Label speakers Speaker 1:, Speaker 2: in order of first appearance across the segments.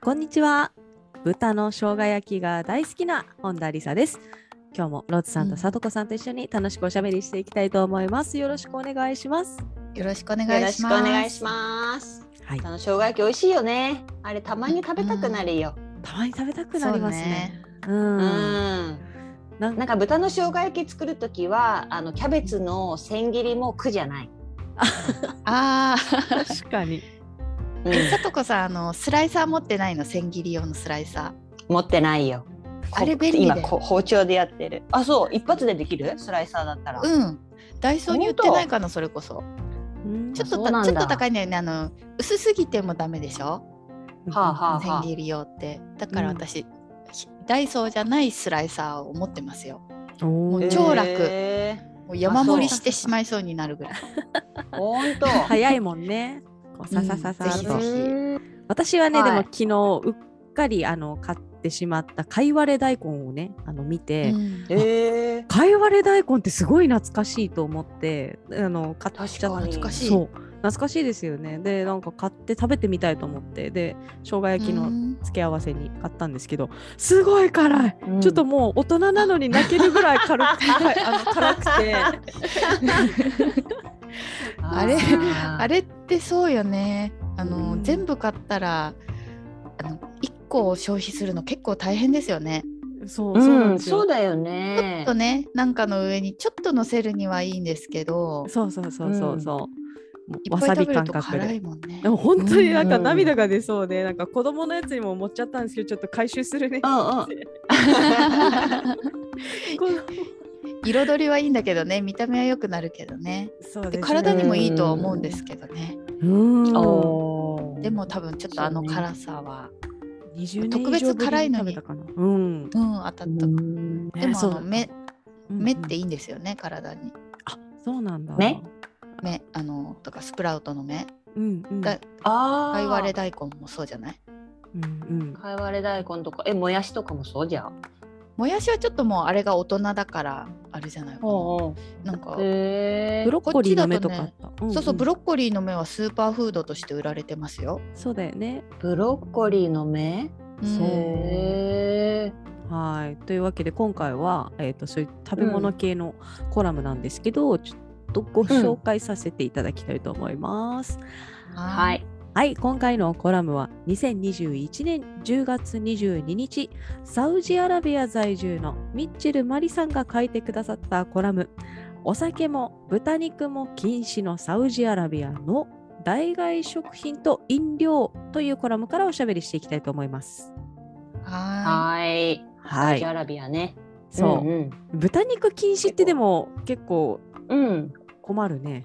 Speaker 1: こんにちは。豚の生姜焼きが大好きな本田理沙です。今日もローズさんとさとこさんと一緒に楽しくおしゃべりしていきたいと思います。よろしくお願いします。
Speaker 2: よろしくお願
Speaker 3: よろ
Speaker 2: い
Speaker 3: し
Speaker 2: し
Speaker 3: くお
Speaker 2: ます。
Speaker 3: 願いします
Speaker 1: はい。
Speaker 3: あの生姜焼き美味しいよねあれたまに食べたくなるよ
Speaker 1: たまに食べたくなりますね。う
Speaker 3: うんん、
Speaker 1: なん
Speaker 3: なん
Speaker 1: か
Speaker 3: か豚の生姜焼き作るときはあのキャベツの千切りも苦じゃない、
Speaker 2: そうね。ああ、
Speaker 1: 確かに。
Speaker 3: うん
Speaker 2: えさとこさんあのスライサー持ってないの千切り用のスライサ
Speaker 3: 持ってないよ
Speaker 2: あれ便利だよ
Speaker 3: 今こ包丁でやってるあそう一発でできるスライサーだったら、
Speaker 2: ー。うん。ダイソーに売ってないかなそれこそ。
Speaker 1: うん
Speaker 2: ちょっと
Speaker 3: そうな
Speaker 2: た
Speaker 3: ん
Speaker 2: ち
Speaker 3: だ
Speaker 2: ょっと高いんだよねあの薄すぎてもダメでしょ。
Speaker 3: はあはあ
Speaker 2: 千切り用ってだから
Speaker 1: うん
Speaker 2: 私、ひダイソーじゃないスライサーを持ってますよ。
Speaker 1: おー
Speaker 2: 超楽
Speaker 3: へ
Speaker 2: もう山盛りしてしまいそうになるぐらい。
Speaker 3: ーほんと
Speaker 1: 早いもんね。こうさささ
Speaker 2: うん
Speaker 1: さ
Speaker 2: ぜ
Speaker 1: っ
Speaker 2: ひ
Speaker 1: と
Speaker 2: ぜひ
Speaker 1: 私はね、
Speaker 3: はい
Speaker 1: でも昨日うっかりあの買ってしまったかいわれ大根をねあの見て、
Speaker 2: うん
Speaker 3: えー、
Speaker 1: かいわれ大根ってすごい懐かしいと思ってあの買っ
Speaker 3: 確
Speaker 1: ちゃっ
Speaker 3: かに
Speaker 2: 懐かしい
Speaker 1: そう懐かしいですよねでなんか買って食べてみたいと思ってで生姜焼き
Speaker 2: う
Speaker 1: の
Speaker 2: ん
Speaker 1: 付け合わせに買ったんですけどすごい辛い、
Speaker 3: うん
Speaker 1: ちょっともう大人なのに泣けるぐらい 辛くはいあの辛くて
Speaker 2: あれ
Speaker 3: ー
Speaker 2: あれってそうよね。あの、
Speaker 1: うん
Speaker 2: 全部買ったらあの一個を消費するの結構大変ですよね。
Speaker 1: そううそうなん
Speaker 3: ん
Speaker 1: ですよ、
Speaker 3: そうだよ
Speaker 2: ちょ
Speaker 3: ね
Speaker 2: っとねなんかの上にちょっと乗せるにはいいんですけど、
Speaker 1: そうそうそうそうそう、も
Speaker 2: いうっ
Speaker 1: わ
Speaker 2: ぱい
Speaker 1: さ
Speaker 2: 食
Speaker 1: び
Speaker 2: べる
Speaker 1: 感
Speaker 2: と
Speaker 1: 覚
Speaker 2: 辛
Speaker 1: で
Speaker 2: いもんね
Speaker 1: で。も本当になんか
Speaker 3: うん
Speaker 1: 涙が出そうで、なんか子供のやつにも持っちゃったんですけど、ちょっと回収するね。
Speaker 3: うんう ん
Speaker 1: 子供
Speaker 2: 彩りはいいんだけどね見た目は良くなるけどね
Speaker 1: そうです
Speaker 2: で
Speaker 1: ね
Speaker 2: 体にもいいとは思うんですけどね、
Speaker 1: うん。
Speaker 3: おー
Speaker 2: でも多分ちょっとあ
Speaker 1: そ
Speaker 2: の
Speaker 1: うね
Speaker 2: 辛さは
Speaker 1: 20年
Speaker 2: 特別
Speaker 1: 以上ぶり
Speaker 2: 辛いの
Speaker 1: 食
Speaker 2: に
Speaker 1: べたかな。うん。
Speaker 2: うん当たった、
Speaker 3: うん
Speaker 2: でもあ
Speaker 1: そう
Speaker 2: の目
Speaker 1: うん
Speaker 2: 目っていいんですよね体に
Speaker 1: あ、そうなんだ。
Speaker 3: 目
Speaker 2: 目あのとかスプラウトの目
Speaker 1: うんうん。
Speaker 2: が
Speaker 3: ああ
Speaker 2: かいわれ大根もそうじゃない
Speaker 1: うんうん。
Speaker 3: かいわれ大根とかえもやしとかもそうじゃん
Speaker 2: もやしはちょっともうあれが大人だからあれじゃないかな
Speaker 3: おう
Speaker 2: なんか
Speaker 3: おうへえ
Speaker 1: ブロッコリーの目とかあった。んん
Speaker 2: そうそうブロッコリーの芽はスーパーフードとして売られてますよ。
Speaker 1: そうだよね。
Speaker 3: ブロッコリーの芽
Speaker 1: そうん
Speaker 3: へえ
Speaker 1: はい。というわけで今回はえっ、とそういう食べ物系のコラムなんですけど、ちょっとご紹介させていただきたいと思います。
Speaker 3: は。い
Speaker 1: はい、今回のコラムは2021年10月22日、サウジアラビア在住のミッチェル・マリさんが書いてくださったコラム、お酒も豚肉も禁止のサウジアラビアの代替食品と飲料というコラムからおしゃべりしていきたいと思います。
Speaker 2: は
Speaker 3: はい
Speaker 1: は
Speaker 3: ジャ、ラビアね
Speaker 1: そう、
Speaker 3: うん
Speaker 1: 豚肉禁止ってでも結構
Speaker 3: うんうん
Speaker 1: 困るね。
Speaker 2: い。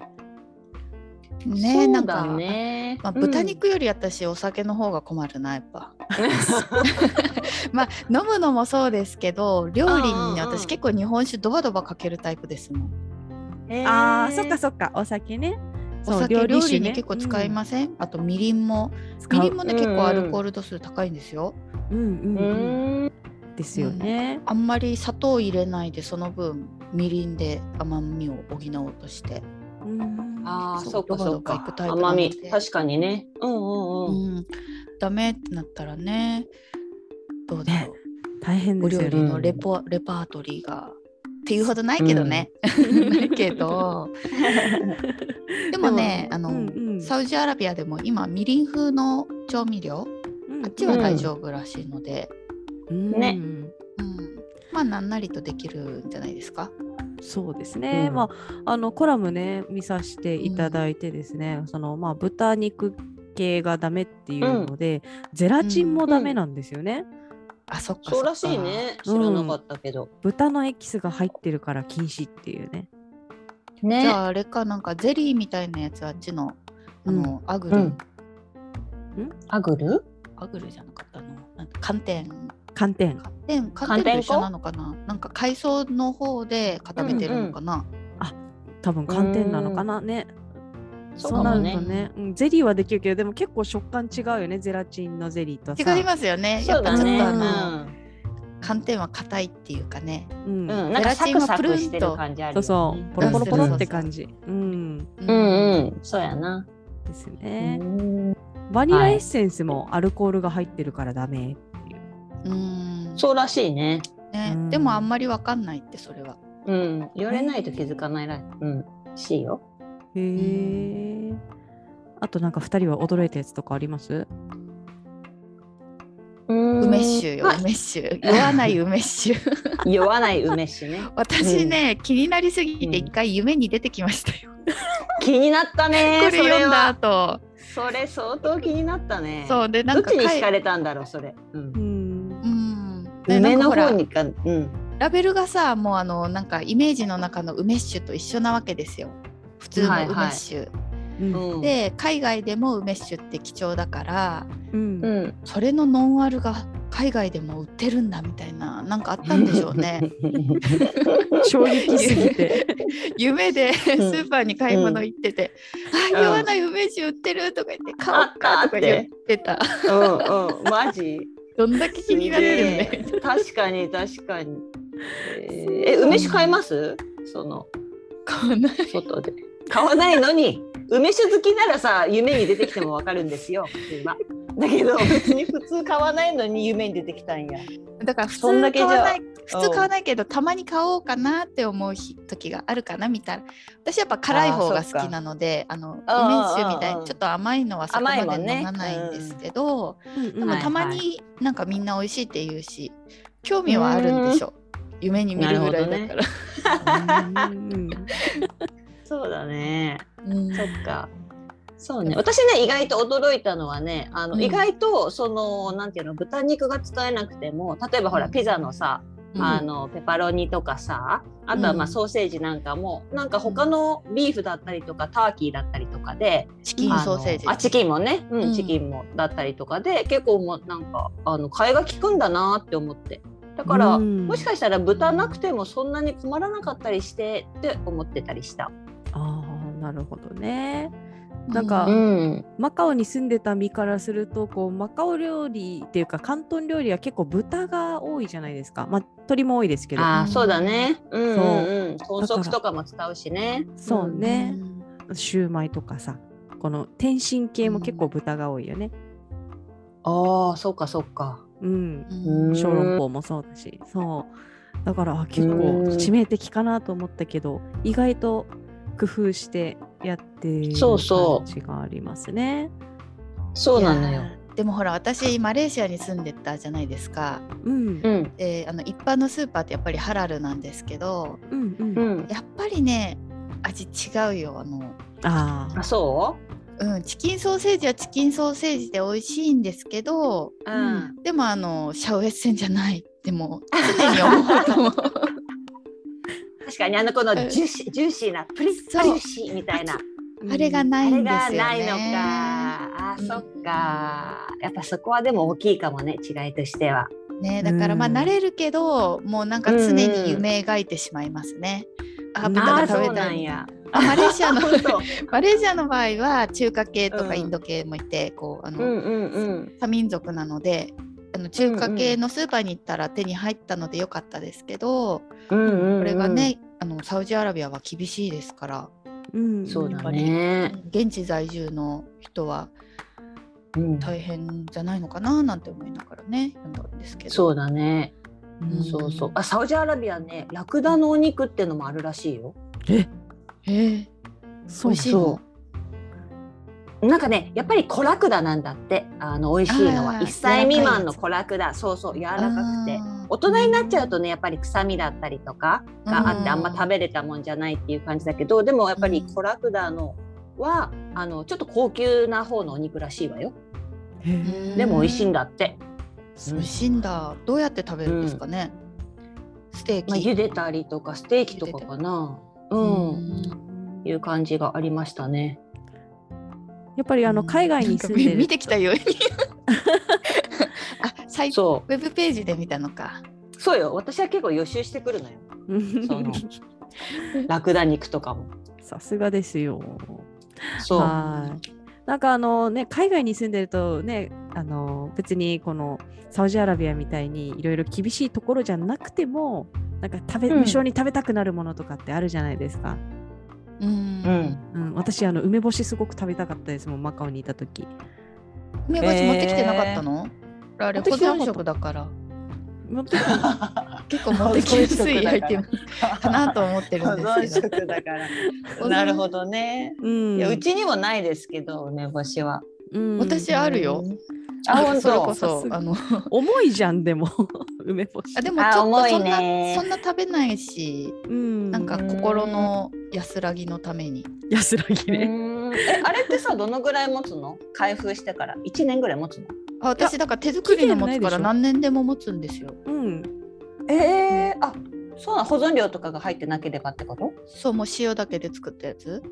Speaker 2: ねえ、
Speaker 3: そ
Speaker 2: な
Speaker 3: うん
Speaker 2: か
Speaker 3: だ。ね
Speaker 2: まあ、
Speaker 3: うん
Speaker 2: 豚肉より私お酒の方が困るなやっ ぱ、まあ飲むのもそうですけど料理
Speaker 3: うんうんうん
Speaker 2: に私結構日本酒ドバドバかけるタイプですもん
Speaker 3: へー
Speaker 1: ああ、そっかそっか、お酒ね。。
Speaker 2: お酒料理に結構使いますせん、あとみりんも
Speaker 1: 使
Speaker 2: み
Speaker 1: う
Speaker 2: りんもね
Speaker 3: うん
Speaker 2: 結構アルコール度数高いんですよ
Speaker 1: うんうん
Speaker 3: う
Speaker 1: うん
Speaker 3: ん
Speaker 1: ですよね。
Speaker 2: あんまり砂糖入れないでその分みりんで甘みを補おうとして
Speaker 1: うん
Speaker 3: ああ
Speaker 2: そう
Speaker 3: そっか
Speaker 2: ド
Speaker 3: そっ
Speaker 2: バドバ行
Speaker 3: か
Speaker 2: くタイプな
Speaker 3: 甘
Speaker 2: ので
Speaker 3: み確かにねうんうんうん
Speaker 2: うん、ダメってなったらねどうだろう、
Speaker 1: 大変
Speaker 2: お
Speaker 1: です
Speaker 2: 料
Speaker 1: よね。
Speaker 2: 理のレポ、レパートリーがっていうほどないけどね、 ないけどでもねあの、
Speaker 1: うんうん
Speaker 2: サウジアラビアでも今みりん風の調味料あっちは大丈夫らしいので、
Speaker 1: うん
Speaker 3: ね
Speaker 2: うんまあなんなりとできるんじゃないですか。
Speaker 1: そうですね、
Speaker 3: うん
Speaker 1: まああのコラムね見させていただいてですね、そのまあ豚肉系がダメっていうので、ゼラチンもダメなんですよね、
Speaker 2: あそっかそっか
Speaker 3: そうらしいね知らなかったけど
Speaker 1: 豚のエキスが入ってるから禁止っていうね
Speaker 2: じ
Speaker 3: ね
Speaker 2: ゃああれかなんかゼリーみたいなやつあっちのあの、アグル、
Speaker 3: うんアグル
Speaker 2: アグルじゃなかったのなんか寒天
Speaker 1: 寒天
Speaker 2: 寒天寒
Speaker 3: 寒
Speaker 2: 天と
Speaker 3: 天粉
Speaker 2: 一緒なのかななんか海藻の方で固めてるのかな、
Speaker 1: 多分寒天なのかなね
Speaker 3: そう
Speaker 1: そうな
Speaker 3: かも
Speaker 1: る
Speaker 3: ね
Speaker 1: とね、うん、ゼリーはできるけどでも結構食感違うよねゼラチンのゼリーとさ
Speaker 2: 違いますよねや
Speaker 3: そ
Speaker 2: っ
Speaker 3: う
Speaker 2: ぱ
Speaker 3: だ
Speaker 2: ちょっ
Speaker 3: ね
Speaker 2: と
Speaker 3: う
Speaker 2: あ
Speaker 3: ん
Speaker 2: の、寒天は硬いっていうかね、
Speaker 1: うん
Speaker 3: うんなんかサクサクしてる感じある
Speaker 1: そ
Speaker 3: よ
Speaker 1: う
Speaker 3: ね
Speaker 1: そうポロポロポロ
Speaker 2: うん
Speaker 1: って感じうん
Speaker 2: う
Speaker 3: うんうんそうやな
Speaker 1: です
Speaker 3: う
Speaker 1: ね
Speaker 3: ん
Speaker 1: バニラ
Speaker 3: はい
Speaker 1: エッセンスもアルコールが入ってるからダメ
Speaker 2: うん
Speaker 3: そうらしいね
Speaker 2: ね
Speaker 1: うん
Speaker 2: でもあんまりわかんないってそれは
Speaker 3: うん言われないと気づかないらうんしいよ
Speaker 1: へえあとなんか二人は驚いたやつとかあります
Speaker 2: 梅
Speaker 3: 梅
Speaker 2: 酒よ梅酒酔わない梅 酒
Speaker 3: 酔わない梅 酒ね
Speaker 2: 私ね、気になりすぎて
Speaker 3: うん
Speaker 2: 一回夢に出てきましたよ、
Speaker 3: 気になったね
Speaker 2: これ読んだ
Speaker 3: そ
Speaker 2: 後
Speaker 3: れはそれ相当気になったね
Speaker 2: そうでな
Speaker 3: ど
Speaker 2: ん
Speaker 3: っ
Speaker 2: か
Speaker 3: ちに惹か
Speaker 2: れ
Speaker 3: れたんだろうそれ、うん、
Speaker 1: ん
Speaker 2: うんで
Speaker 3: 梅
Speaker 2: な
Speaker 3: の
Speaker 2: んか
Speaker 3: 方
Speaker 2: ほら
Speaker 3: にかうん
Speaker 2: ラベルがさもうあのなんかイメージの中の梅酒と一緒なわけですよ普通の梅酒、
Speaker 1: うん
Speaker 3: うん
Speaker 2: で海外でも梅酒って貴重だから
Speaker 1: うん
Speaker 3: うん
Speaker 2: それのノンアルが海外でも売ってるんだみたいななんかあったんでしょう ね
Speaker 1: 衝撃すぎて
Speaker 2: 夢でスーパーに買い物行ってて「
Speaker 3: うん
Speaker 2: あ酔わない梅酒売ってる」とか言って「買おう
Speaker 3: あ
Speaker 2: か」
Speaker 3: あ
Speaker 2: と
Speaker 3: っ
Speaker 2: か
Speaker 3: て
Speaker 2: 言ってた
Speaker 3: うんうんマジ
Speaker 2: どんだけ気になってるんだよ
Speaker 3: すげえ確かに確かにえーえ梅酒買いますその
Speaker 2: 買わない
Speaker 3: 外で買わないのに梅酒好きならさ夢に出てきてもわかるんですよ普通はだけど別に普通買わないのに夢に出てきたんや
Speaker 2: だから普
Speaker 3: そんだ
Speaker 2: 通
Speaker 3: けじ
Speaker 2: 買
Speaker 3: ゃ
Speaker 2: わない普通買わないけどたまに買おうかなって思う日時があるかなみたいな私やっぱ辛い方が好きなのであの
Speaker 3: あー
Speaker 2: 梅酒みたい
Speaker 3: うんうんう
Speaker 2: に
Speaker 3: ん
Speaker 2: ちょっと甘いのはそこまで
Speaker 3: 甘いもんね
Speaker 2: 飲まないんですけど、でも
Speaker 3: はい
Speaker 2: たまになんかみんな美味しいって言うし興味はあるんでしょ夢に見るぐらいだから、
Speaker 1: うん
Speaker 3: そうだね
Speaker 2: うん
Speaker 3: そっか。そうね。私ね、意外と驚いたのはね、あの、
Speaker 2: うん
Speaker 3: 意外と、その、なんていうの、豚肉が使えなくても、例えばほら、
Speaker 2: うん
Speaker 3: ピザのさ、
Speaker 2: うん
Speaker 3: あの、ペパロニとかさ、あとは
Speaker 2: う
Speaker 3: まあ、
Speaker 2: ん
Speaker 3: ソーセージなんかも、なんか他のビーフだったりとか、ターキーだったりとかで、
Speaker 2: チキンソーセージ
Speaker 3: あのあ、チキンもね、うん、
Speaker 2: うん
Speaker 3: チキンもだったりとかで、結構もうなんか、あの、替えが利くんだなって思って。だから、
Speaker 1: うん
Speaker 3: もしかしたら豚なくてもそんなに困らなかったりしてって思ってたりした。
Speaker 1: ああなるほどねなんか
Speaker 2: うん
Speaker 3: ん。
Speaker 1: マカオに住んでた身からするとこうマカオ料理っていうか広東料理は結構豚が多いじゃないですか、まあ、鶏も多いですけど
Speaker 2: う
Speaker 3: あ
Speaker 2: ん
Speaker 3: ーそうだね。うんうんうん。
Speaker 1: だ
Speaker 3: 豚
Speaker 1: か
Speaker 3: 足
Speaker 1: ら
Speaker 3: とかも使うしね。
Speaker 1: そう
Speaker 3: うん
Speaker 1: ね、シューマイとかさこの天津系も結構豚が多いよね
Speaker 3: ああ、そうかそうか。
Speaker 1: うん
Speaker 2: うん
Speaker 3: うん
Speaker 1: 小籠包もそうだしそうだからあ結構
Speaker 3: うん
Speaker 1: 致命的かなと思ったけど意外と工夫してやってる
Speaker 3: そうそ
Speaker 1: 感
Speaker 3: う
Speaker 1: じがありますね
Speaker 3: そうなのよ
Speaker 2: い。やーでもほら私マレーシアに住んでたじゃないですか
Speaker 1: うん
Speaker 3: う
Speaker 1: うん
Speaker 3: ん
Speaker 2: であの一般のスーパーってやっぱりハラルなんですけど
Speaker 1: うんう
Speaker 3: うんん。
Speaker 2: やっぱりね味違うよあの、
Speaker 1: あ
Speaker 3: あ、
Speaker 1: あ
Speaker 3: そ
Speaker 2: うん、チキンソーセージはチキンソーセージで美味しいんですけど
Speaker 3: う？
Speaker 1: ん
Speaker 3: うん。
Speaker 2: でもあのシャウエッセンじゃないって もう常に思うと思う。
Speaker 3: 確かにあのこのジューシージューシーなプリッ
Speaker 2: そう
Speaker 3: プリッシーみたいな
Speaker 2: あれがない
Speaker 3: あれ
Speaker 2: んです
Speaker 3: が
Speaker 2: よね。
Speaker 3: ないのか。あー、そっか。やっぱそこはでも大きいかもね。違いとしては。
Speaker 2: ね、だからまあ
Speaker 1: うん
Speaker 2: 慣れるけど、もうなんか常に夢描いてしまいますね。あ、
Speaker 1: うん
Speaker 2: 豚
Speaker 3: あ
Speaker 2: が
Speaker 3: あ、
Speaker 2: 食
Speaker 3: そ
Speaker 2: べ
Speaker 3: う
Speaker 2: た
Speaker 3: ないん
Speaker 2: みたいな
Speaker 3: や。
Speaker 2: あマレーシアの
Speaker 3: 本当
Speaker 2: マレーシアの場合は中華系と
Speaker 3: う
Speaker 2: か
Speaker 3: ん
Speaker 2: インド系もいて、こうあ
Speaker 3: う
Speaker 2: の
Speaker 3: んうんうん。
Speaker 2: 多民族なので。あの中華系のスーパーに行ったら手に入ったので良かったですけど、
Speaker 3: うんうんうん。
Speaker 2: これがねあのサウジアラビアは厳しいですから、
Speaker 1: うん
Speaker 3: そうだ
Speaker 1: やっ
Speaker 3: ね。
Speaker 2: 現地在住の人は
Speaker 3: うん。
Speaker 2: 大変じゃないのかななんて思いながらね読んだんですけど
Speaker 3: そうだね。
Speaker 1: ぱり
Speaker 2: うん
Speaker 3: そうそう。あ、サウジアラビアね、ラクダのお肉ってのもあるらしいよ。
Speaker 1: え
Speaker 2: へえ
Speaker 1: そう
Speaker 2: 美味しいの
Speaker 3: なんかねやっぱり子ラクダなんだってあの美味しいの
Speaker 2: あ
Speaker 3: は
Speaker 2: ー
Speaker 3: 1歳未満の
Speaker 2: 柔らかいやつ
Speaker 3: 子ラクダそうそう柔らかくて
Speaker 2: あー
Speaker 3: 大人になっちゃうとねやっぱり臭みだったりとかがあってあんま食べれたもんじゃないっていう感じだけどでもやっぱり子ラクダのはあのちょっと高級な方のお肉らしいわよ
Speaker 1: へえ
Speaker 2: うん
Speaker 3: でも美味しいんだって、
Speaker 2: 美味しいんだどうやって食べるんですかね、ステーキ、
Speaker 3: まあ、茹でたりとかステーキとかかなう、
Speaker 2: うんん
Speaker 3: いう感じがありましたね
Speaker 1: やっぱりあの海外に住んで
Speaker 2: なんか見
Speaker 1: る
Speaker 2: てきた ようにあサイト
Speaker 3: そ
Speaker 2: ウェブページで見たのか
Speaker 3: うそうよ私は結構予習してく るのよその ラクダ肉とかも
Speaker 1: さすがですよ。
Speaker 3: そう
Speaker 1: はい。なんかあのね海外に住んでるとねあの別にこのサウジアラビアみたいにいろいろ厳しいところじゃなくてもなんか食べ
Speaker 3: うん
Speaker 1: 無性に食べたくなるものとかってあるじゃないですか。
Speaker 2: うーん
Speaker 1: うん、私あの梅干しすごく食べたかったですもんマカオにいた時。
Speaker 2: 梅干し持ってきてなかったの、あれ
Speaker 1: 持って
Speaker 2: 保
Speaker 1: きてなか
Speaker 2: 存
Speaker 1: った
Speaker 2: 食だから
Speaker 1: 持ってきた
Speaker 2: 結構持ってきやすいアイテムかなと思って
Speaker 3: 保
Speaker 2: るんです
Speaker 3: 存
Speaker 2: けど
Speaker 3: 食だ から
Speaker 2: 保存
Speaker 3: なるほどね、
Speaker 1: うん
Speaker 3: いやうちにもないですけど梅干しは
Speaker 1: うん
Speaker 2: 私はあるよ
Speaker 3: うん
Speaker 2: あ
Speaker 3: あ本
Speaker 2: それ
Speaker 3: 当
Speaker 2: こそあの
Speaker 1: 重いじゃんでも梅干し。
Speaker 2: あでもちょ
Speaker 3: あ
Speaker 2: っとそん
Speaker 3: 重
Speaker 2: な、
Speaker 3: いね
Speaker 2: そんな食べないし
Speaker 1: うん
Speaker 2: なんか心の安らぎのために
Speaker 1: 安らぎ
Speaker 3: う
Speaker 1: ね。
Speaker 3: ーんえあれってさどのぐらい持つの開封してから1年ぐらい持つの
Speaker 2: あ私だから手作りの持つから
Speaker 1: 期限ないでしょ
Speaker 2: 何年でも持つんですよ
Speaker 1: うん。
Speaker 3: ええあそうなの保存料とかが入ってなければってこと
Speaker 2: そうもう塩だけで作ったやつ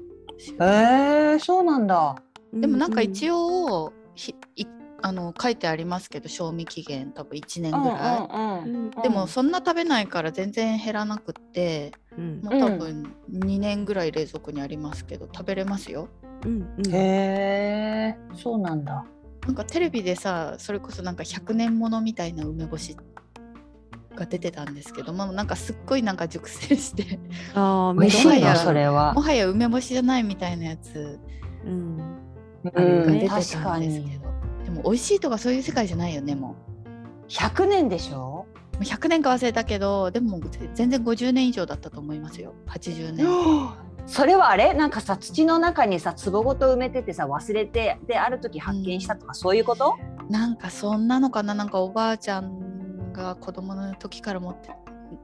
Speaker 3: ええそうなんだ
Speaker 2: でもなんか
Speaker 1: 応
Speaker 2: 一応ひいあの書いてありますけど賞味期限多分1年ぐらい、
Speaker 3: うんうんうん
Speaker 2: でもそんな食べないから全然減らなくって
Speaker 1: うん
Speaker 2: もう多分2年ぐらい冷蔵庫にありますけど食べれますよ
Speaker 1: うんうん
Speaker 3: へえそうなんだ
Speaker 2: なんかテレビでさそれこそなんか100年ものみたいな梅干しが出てたんですけどまあなんかすっごいなんか熟成して
Speaker 1: ああ
Speaker 3: 美味しい
Speaker 2: もは
Speaker 3: な
Speaker 2: や
Speaker 3: それは
Speaker 2: もはや梅干しじゃないみたいなやつ
Speaker 1: うん、
Speaker 2: あれが
Speaker 3: うん
Speaker 2: 出てたんですけ
Speaker 3: 確
Speaker 2: ど、
Speaker 3: かに
Speaker 2: でも美味しいとかそういう世界じゃないよねもうも
Speaker 3: 100年でしょ
Speaker 2: う100年か忘れたけどでも全然50年以上だったと思いますよ80年
Speaker 3: それはあれなんかさ土の中にさ壺ごと埋めててさ忘れてである時発見したとか、そういうこと
Speaker 2: なんかそんなのかななんかおばあちゃんが子供の時から持って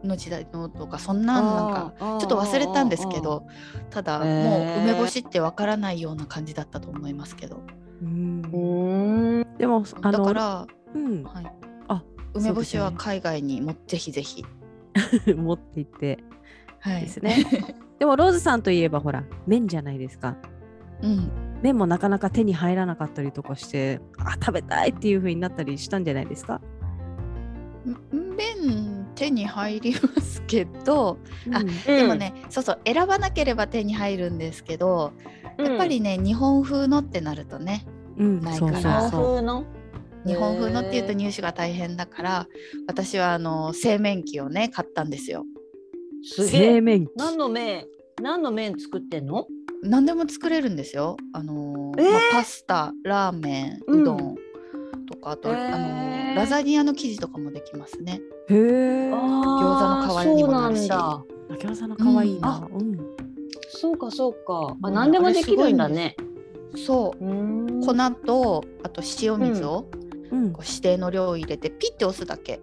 Speaker 2: の時代のとかそんななんか
Speaker 1: ちょ
Speaker 2: ちょっと忘れたんですけどただ
Speaker 3: へー
Speaker 2: もう梅干しってわからないような感じだったと思いますけど
Speaker 1: うん
Speaker 3: ん
Speaker 1: でもあ
Speaker 2: だ
Speaker 1: の
Speaker 2: から、
Speaker 1: うん、
Speaker 2: はい、
Speaker 1: あ
Speaker 2: 梅干し
Speaker 1: そう
Speaker 2: は
Speaker 1: ですね
Speaker 2: 海外にもぜひぜひ、
Speaker 1: 持っていって
Speaker 2: はい
Speaker 1: ですね、 でもローズさんといえばほら麺じゃないですか
Speaker 2: うん、
Speaker 1: 麺もなかなか手に入らなかったりとかしてあ食べたいっていう風になったりしたんじゃないですか、
Speaker 2: ん麺手に入りますけど、あ
Speaker 1: うん
Speaker 2: でも、ねそうそう選ばなければ手に入るんですけどやっぱりね、日本風のってなるとね
Speaker 1: うん、
Speaker 2: ない
Speaker 1: そう
Speaker 2: か
Speaker 1: そ
Speaker 2: ら
Speaker 1: うそう
Speaker 3: 風の
Speaker 2: 日本風のっていうと入手が大変だから私はあの製麺機をね買ったんですよ
Speaker 3: すげ
Speaker 1: 製
Speaker 3: え
Speaker 1: 麺機
Speaker 3: 何の麺何の麺作ってんの
Speaker 2: 何でも作れるんですよ。あのー
Speaker 3: えー
Speaker 2: まあパスタ、ラーメン、
Speaker 3: うん
Speaker 2: うどんとか、あと、
Speaker 3: えー
Speaker 2: あのーラザニアの生地とかもできますね。
Speaker 1: へえ
Speaker 2: 餃子
Speaker 3: あー
Speaker 2: の代わりにもなるし
Speaker 3: そうなんだ
Speaker 1: 餃子の可愛いな、うん
Speaker 3: そうかそうか
Speaker 2: う
Speaker 3: あ
Speaker 2: ん
Speaker 3: 何でもできるんだね
Speaker 2: そう、
Speaker 3: うん
Speaker 2: 粉とあと塩水を
Speaker 1: うん
Speaker 2: こう指定の量を入れてピッて押すだけ。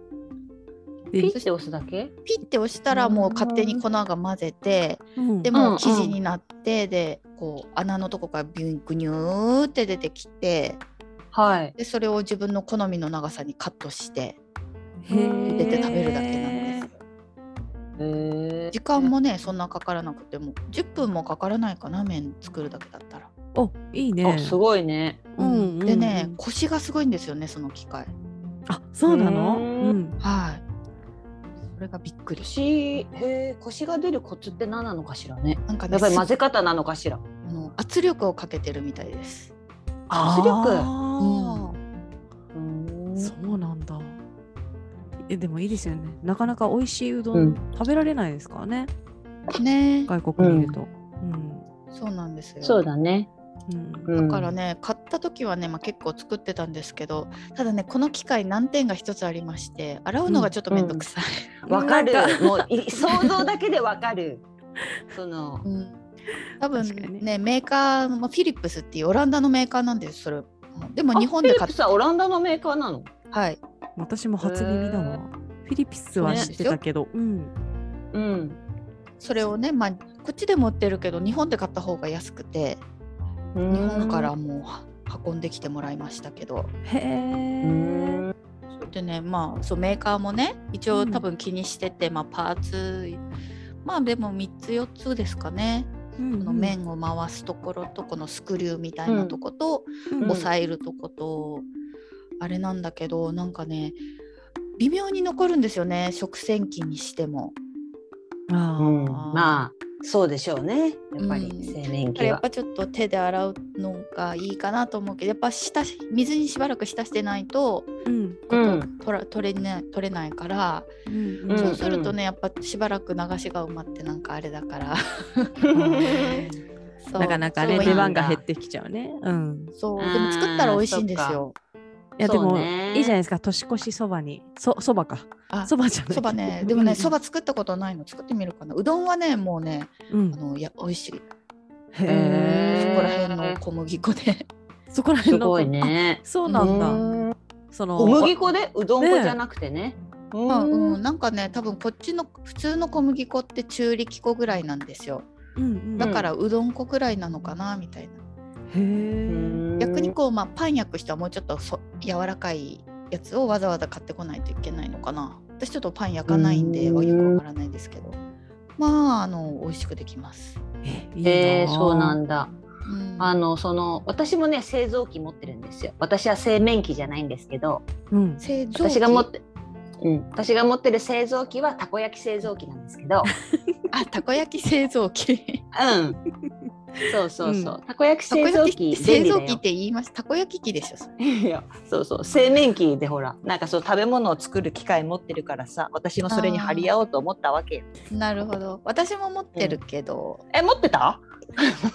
Speaker 1: で
Speaker 3: ピッて押すだけ
Speaker 2: ピッて押したらもう勝手に粉が混ぜて、
Speaker 1: うん
Speaker 2: で
Speaker 3: うんう
Speaker 2: も
Speaker 3: ん
Speaker 2: う生地になって、でこう穴のとこからビュングニューって出てきて、
Speaker 3: はい
Speaker 2: でそれを自分の好みの長さにカットして
Speaker 1: へ
Speaker 2: 入
Speaker 1: ー
Speaker 2: れて食べるだけなんですよ。
Speaker 3: へえ
Speaker 2: 時間もねそんなかからなくても10分もかからないかな麺作るだけだったら、
Speaker 1: おいい
Speaker 3: あ
Speaker 1: ね
Speaker 3: すごいね
Speaker 1: うんうんうん
Speaker 2: でね腰がすごいんですよねその機械
Speaker 1: あそうなの
Speaker 3: う
Speaker 1: う
Speaker 3: ーん
Speaker 1: ん
Speaker 2: はいそれがびっくり
Speaker 3: 腰へえ腰が出るコツって何なのかしらね
Speaker 2: なんか
Speaker 3: や
Speaker 2: ね
Speaker 3: っぱり混
Speaker 2: す
Speaker 3: ぜ方なのかしら
Speaker 2: あの圧力をかけてるみたいです
Speaker 3: 圧力
Speaker 1: あー
Speaker 3: うん
Speaker 1: そうなんだ。えでもいいですよね。なかなか美味しいうどん、
Speaker 3: うん
Speaker 1: 食べられないですからね。
Speaker 2: ね
Speaker 1: 外国にいると。うん。
Speaker 2: そうなんですよ
Speaker 3: そうだね
Speaker 1: うん。
Speaker 3: だ
Speaker 2: だからね買った時はね、まあ、結構作ってたんですけどただねこの機械難点が一つありまして洗うのがちょっと面倒くさい、
Speaker 3: わかる
Speaker 1: なんか
Speaker 3: もうい想像だけでわかるその
Speaker 2: うん、多分
Speaker 1: 確かに
Speaker 2: ねメーカーもフィリップスっていうオランダのメーカーなんですそれでも日本で
Speaker 3: あフィリッ
Speaker 2: 買っ
Speaker 3: プスはオランダのメーカーなの
Speaker 2: はい
Speaker 1: 私も初耳だ
Speaker 3: へー
Speaker 1: わ。フィリピスは知ってたけど。うん。
Speaker 3: うん
Speaker 2: それをねまあこっちでも売ってるけど日本で買った方が安くて日本からもうは運んできてもらいましたけど
Speaker 1: へ
Speaker 3: う
Speaker 1: え。
Speaker 3: ん
Speaker 2: でねまあそうメーカーもね一応
Speaker 1: うん
Speaker 2: 多分気にしてて、まあパーツまあでも3つ4つですかね
Speaker 1: うん
Speaker 2: この面を回すところとこのスクリューみたいなとこと、
Speaker 1: うん
Speaker 2: 押さえるとこと、あれなんだけどなんかね微妙に残るんですよね食洗機にしても。
Speaker 1: あー
Speaker 3: まあそうでしょうねやっぱり
Speaker 2: うん
Speaker 3: 製
Speaker 2: だ
Speaker 3: 麺
Speaker 2: から
Speaker 3: 機
Speaker 2: やっ
Speaker 3: は
Speaker 2: ぱ。ちょっと手で洗うのがいいかなと思うけどやっぱ浸し水にしばらく浸してないと
Speaker 1: うん
Speaker 3: うん
Speaker 2: 取ら取れない取れないから、
Speaker 1: うん
Speaker 3: うん
Speaker 2: そうするとねやっぱしばらく流しが埋まってなんかあれ だからそう
Speaker 1: なかなかね
Speaker 2: そう
Speaker 1: 出番が減ってきちゃうね。うん、
Speaker 2: そう
Speaker 3: あー
Speaker 2: でも作ったら美味しいんですよ。
Speaker 1: いやで
Speaker 3: そう
Speaker 1: も、
Speaker 3: ね
Speaker 1: いいじゃないですか年越しそばにそそばか
Speaker 2: あ
Speaker 1: そばじゃない
Speaker 2: そばねでもねそ
Speaker 1: ば、
Speaker 2: ば作ったことないの作ってみるかなうどんはねもうね
Speaker 1: うん
Speaker 2: あ、のいや美味しいそこ
Speaker 1: へ
Speaker 3: へー
Speaker 2: ら辺の小麦粉で
Speaker 1: ーそこら
Speaker 3: す
Speaker 1: 辺の
Speaker 3: ごい
Speaker 1: あ
Speaker 3: ね。
Speaker 1: そうなんだ、
Speaker 3: うん
Speaker 1: その
Speaker 3: 小麦粉でうどん粉じゃなくてね。うん
Speaker 2: まあうん、なんかね多分こっちの普通の小麦粉って中力粉ぐらいなんですよ
Speaker 1: うんうん、
Speaker 2: だからうどん粉ぐらいなのかなみたいな、
Speaker 1: へー
Speaker 2: 逆にこう、まあ、パン焼く人はもうちょっとそ柔らかいやつをわざわざ買ってこないといけないのかな私ちょっとパン焼かないんで
Speaker 3: う
Speaker 2: は
Speaker 3: ん
Speaker 2: よくわからないですけどまああの美味しくできます、
Speaker 1: えいいな
Speaker 3: へえそうな
Speaker 1: だ
Speaker 3: んだ。
Speaker 2: うん
Speaker 3: あのその私もね製造機持ってるんですよ。私は製麺機じゃないんですけど、
Speaker 1: うん
Speaker 2: 製造機
Speaker 3: 私が持って、うん、私が持ってる製造機はたこ焼き製造機なんですけど、
Speaker 2: あたこ焼き製造機
Speaker 3: うん、そうそうそう、たこ焼き
Speaker 2: たこ
Speaker 3: 製造
Speaker 2: 焼
Speaker 3: 機
Speaker 2: き
Speaker 3: 便
Speaker 2: 製
Speaker 3: 利
Speaker 2: 造
Speaker 3: だ
Speaker 2: 機っ
Speaker 3: よ。
Speaker 2: て言いますたこ焼き機でしょそれ
Speaker 3: いやそうそう製麺機でほらなんかそう食べ物を作る機械持ってるからさ私もそれに張り合おうと思ったわけよ
Speaker 2: なるほど私も持ってるけど、
Speaker 3: え持ってた